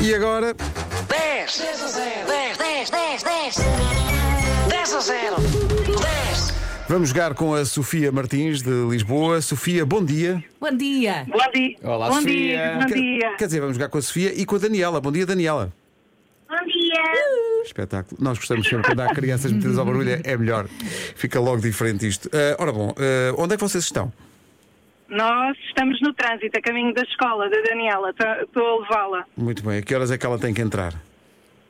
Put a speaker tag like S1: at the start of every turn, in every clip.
S1: E agora,
S2: 10 a 0. 10, 10, 10, 10. 10 a 0. 10.
S1: vamos jogar com a Sofia Martins, de Lisboa. Sofia, bom dia.
S3: Bom dia!
S4: Bom dia.
S5: Olá,
S4: bom
S5: Sofia.
S4: dia. Bom
S1: Quer-
S4: dia.
S1: Quer dizer, vamos jogar com a Sofia e com a Daniela. Bom dia, Daniela.
S4: Bom dia.
S1: Espetáculo. Nós gostamos sempre quando há crianças metidas ao barulho, é melhor. Fica logo diferente isto. Ah, ora bom, ah, onde é que vocês estão?
S4: Nós estamos no trânsito, a caminho da escola da Daniela. Estou a levá-la
S1: Muito bem, a que horas é que ela tem que entrar?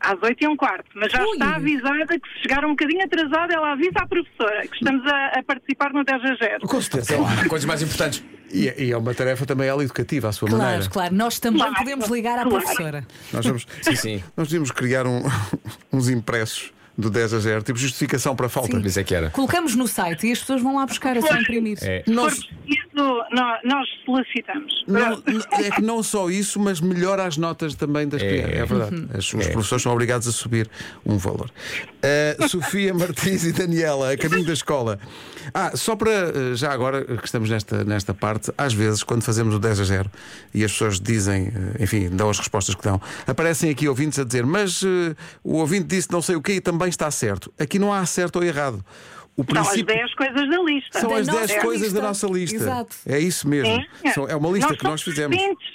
S4: às 8 e um quarto, mas já
S3: Ui.
S4: está avisada que se chegar um bocadinho atrasada, ela avisa à professora que estamos a, a participar no 10 a 0.
S1: Com certeza.
S5: Há coisas mais importantes.
S1: Então, E, é- e é uma tarefa também ela educativa, à sua
S3: Claro,
S1: maneira.
S3: claro, nós também
S4: Claro,
S3: podemos ligar à
S4: claro.
S3: professora.
S1: Nós vamos,
S5: Sim, sim.
S1: Nós devíamos criar um- uns impressos do 10 a 0, tipo justificação para a falta.
S5: Mas é que era.
S3: Colocamos no site e as pessoas vão lá buscar a se imprimir.
S5: É.
S1: Nós-
S4: Se for preciso, nó- nós solicitamos.
S1: Não, n- é que não só isso, mas melhora as notas também das crianças. É verdade. As- os professores são obrigados a subir um valor. Uh, Sofia Martins e Daniela, a caminho da escola. Ah, só para, uh, já agora que estamos nesta, nesta parte, às vezes, quando fazemos o 10 a 0 e as pessoas dizem, uh, enfim, dão as respostas que dão, aparecem aqui ouvintes a dizer, mas uh, o ouvinte disse não sei o quê e também está certo. Aqui não há certo ou errado. O
S4: São as
S1: princípio.
S4: 10 coisas da lista.
S1: São
S3: Da
S1: as 10
S3: nossa
S1: coisas da
S3: lista.
S1: nossa lista.
S3: Exato.
S1: É isso mesmo.
S4: Sim.
S1: São- É uma lista que nós
S4: somos
S1: fizemos.
S4: ouvintes,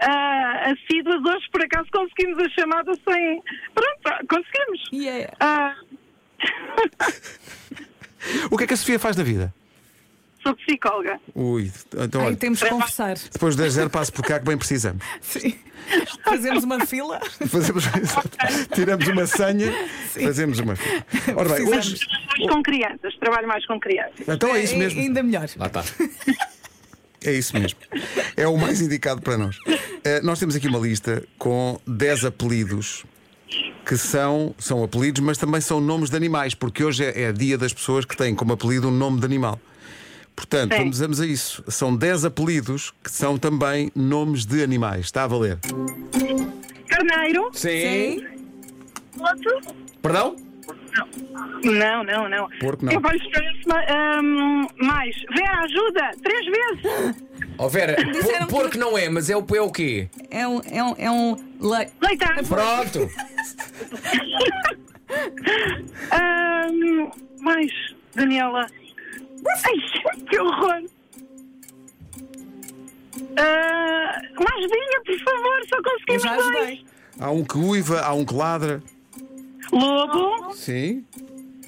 S4: ah, assíduas hoje, por acaso conseguimos a chamada sem. Pronto, conseguimos.
S3: Yeah.
S4: Ah,
S1: O que é que a Sofia faz na vida?
S4: sou psicóloga.
S1: Ui, então
S3: Aí
S1: olha,
S3: temos que conversar.
S1: depois do 10 0 passo por cá que bem precisamos.
S3: Sim. Fazemos uma fila.
S1: Fazemos, tiramos uma senha, fazemos uma. Ora bem,
S3: Precisamos.
S1: hoje.
S4: mais com crianças, trabalho mais com crianças.
S1: Então é isso
S3: É,
S1: mesmo.
S3: Ainda melhor.
S5: Lá está.
S1: É isso mesmo. É o mais indicado para nós. Eh, nós temos aqui uma lista com 10 apelidos que são, são apelidos, mas também são nomes de animais, porque hoje é, é dia das pessoas que têm como apelido um nome de animal. Portanto,
S4: Sim.
S1: vamos, vamos a isso. São 10 apelidos que são também nomes de animais. Está a valer.
S4: Carneiro?
S1: É.
S5: Sim.
S3: Sim.
S4: Loto?
S5: Perdão?
S4: Não, não, não.
S1: Porco não.
S4: Eu vou escolher mais. Vem à ajuda, três vezes.
S5: Ó Vera,
S3: Disseram
S5: por- porco
S3: que-
S5: não é, mas é o, é o quê?
S3: É um. É um, é um le-
S1: É
S4: Leitão.
S5: Pronto.
S4: Ahm, mais, Daniela. Ai, que horror. Ah, mais vinha, por favor, só
S3: Eu
S4: conseguimos
S3: já
S4: mais.
S3: ajudei.
S1: Há um que uiva, há um que ladra.
S4: Lobo.
S1: Sim.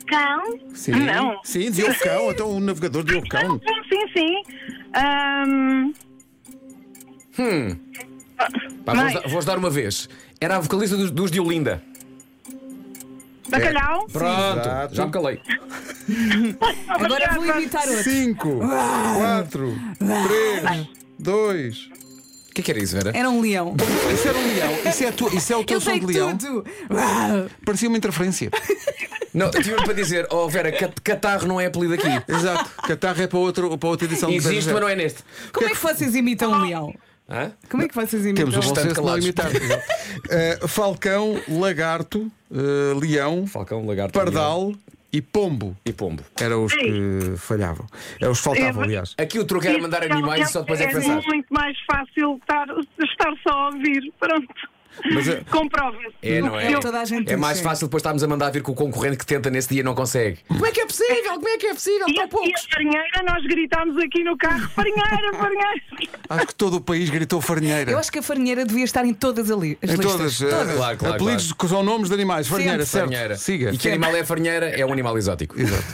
S4: Cão.
S1: Sim.
S4: Não.
S1: Sim, Diogo Cão. Então o navegador Diogo Cão.
S4: Sim, sim, sim. Ahm,
S5: Hum. Pá,
S4: Mais.
S5: vou-vos dar- vou-vos dar uma vez. Era a vocalista dos, dos de Olinda.
S1: É,
S4: bacalhau.
S5: Pronto.
S1: Exato.
S5: Já me calei.
S3: Agora vou imitar outro.
S1: 5, 4, 3, 2.
S5: O que é que era isso, Vera?
S3: Era um leão.
S1: Isso era um leão. Isso é, a tua- isso é o teu
S3: Eu
S1: som
S3: sei
S1: de leão.
S3: tudo.
S1: Parecia uma interferência.
S5: Não, tive para dizer, ó Vera, cat- catarro não é apelido aqui.
S1: Exato. Catarro é para, outro, para outra edição do
S5: Existe,
S1: Zero
S5: mas
S1: Zero.
S5: não é neste.
S3: Como é que vocês imitam um leão?
S5: Hã?
S3: Como é que vocês
S1: Temos um
S3: imitam?
S1: o
S5: Bastante
S1: consenso não
S5: calados.
S1: imitar. Exato. Eh, Falcão, lagarto, eh, leão,
S5: Falcão, lagarto. leão
S1: pardal e pombo.
S5: E pombo.
S1: Eram os que falhavam. É os que faltavam, aliás.
S5: Aqui o truque era mandar animais e só depois é
S4: É
S5: pensar.
S4: muito mais fácil estar, estar só a ouvir. Pronto.
S1: Mas, eh,
S4: Comprova-se.
S5: É, não é?
S4: Eu-
S3: Toda a gente
S5: É
S3: diz,
S5: mais
S3: sim.
S5: fácil depois estarmos a mandar vir com o concorrente que tenta nesse dia e não consegue. Como é que é possível? Como é que é possível?
S1: Então
S4: E a, e a farinheira, nós gritámos aqui no carro: farinheira, farinheira.
S1: Acho que todo o país gritou farinheira.
S3: Eu acho que a farinheira devia estar em todas ali, as
S1: Em
S3: listas.
S1: todas. eh,
S5: Todas. Claro, claro,
S1: apelidos que são nomes de animais. Farinheira, certo.
S5: Farinheira.
S1: Siga.
S5: E que animal é a farinheira? É um animal exótico.
S1: Exato.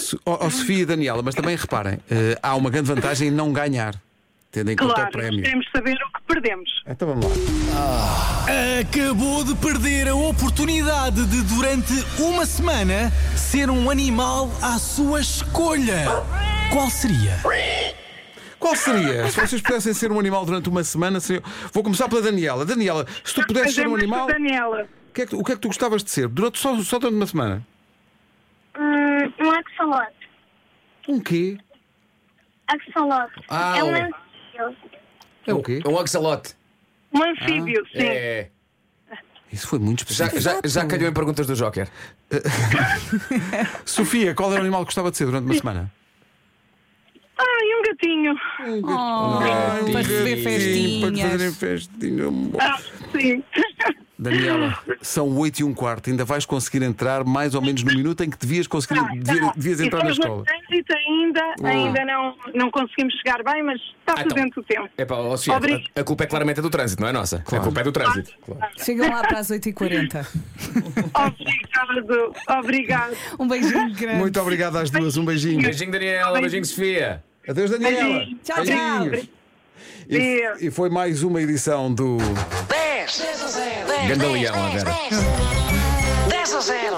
S1: So- ó- ó, Sofia e Daniela, mas também reparem, eh, há uma grande vantagem em não ganhar, tendo em conta o
S4: Claro, nós
S1: prémio.
S4: queremos saber o que perdemos.
S1: Então vamos lá.
S6: Acabou de perder a oportunidade de, durante uma semana, ser um animal à sua escolha. Qual seria?
S1: Qual seria? Se vocês pudessem ser um animal durante uma semana, seria- vou começar pela Daniela. Daniela, se tu pudesses ser um
S4: Fazemos
S1: animal,
S4: a Daniela.
S1: o que, é que, tu- o que é que tu gostavas de ser? Durante, só, só durante uma semana?
S7: Hum, um axolote.
S1: Um quê?
S7: Axolote.
S5: Ah,
S7: é um
S5: o-
S7: anfíbio.
S1: É o quê?
S5: É um axolote.
S4: Um anfíbio,
S1: Ah,
S4: sim.
S5: É.
S1: Isso foi muito
S5: Já,
S1: específico.
S5: já, já calhou em perguntas do Joker.
S1: Sofia, qual era o animal que gostava de ser durante uma semana?
S4: Ah, e um gatinho.
S3: Oh, para receber
S1: Para fazerem
S3: festinhas.
S1: festinha.
S4: Ah, sim.
S1: Daniela, são 8 e um quarto. Ainda vais conseguir entrar mais ou menos no minuto em que devias conseguir devia- devias
S4: Ah, tá. E
S1: entrar na escola.
S4: estamos trânsito ainda, ainda não, não conseguimos chegar bem, mas está
S5: Ah, então.
S4: fazendo o tempo.
S5: É pá, ó, Sofia,
S4: Obrigada.
S5: a, a culpa é claramente do trânsito, não é nossa. A culpa é do trânsito.
S3: Chegam lá para as 8h40.
S4: Obrigado, obrigado.
S3: Um beijinho grande.
S1: Muito obrigado às duas, um beijinho.
S5: Beijinho, Daniela. Beijinho, Sofia.
S1: Adeus, Daniela.
S4: Beijinho.
S3: Tchau, tchau.
S1: Beijinhos. E, e foi mais uma edição do.
S2: 10 a 0. 10
S5: Gandaleão, a Vera.
S2: 10 a 0.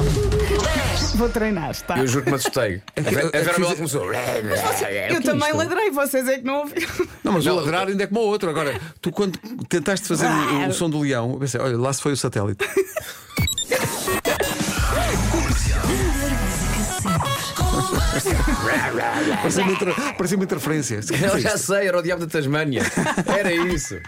S2: 10.
S3: Vou treinar, está.
S5: Eu juro que me assustei. A Vera- a
S1: é
S5: Vera
S1: que
S5: Melo
S1: fiz-
S5: começou. é
S3: Eu também ladrei, vocês é que não ouviram.
S1: Não, mas o ladrar ainda é como o outro. Agora, tu quando tentaste fazer o, o som do leão, eu pensei, olha, lá se foi o satélite. parecia, uma inter- parecia uma interferência.
S5: Eu já sei, era o diabo da Tasmânia. Era isso.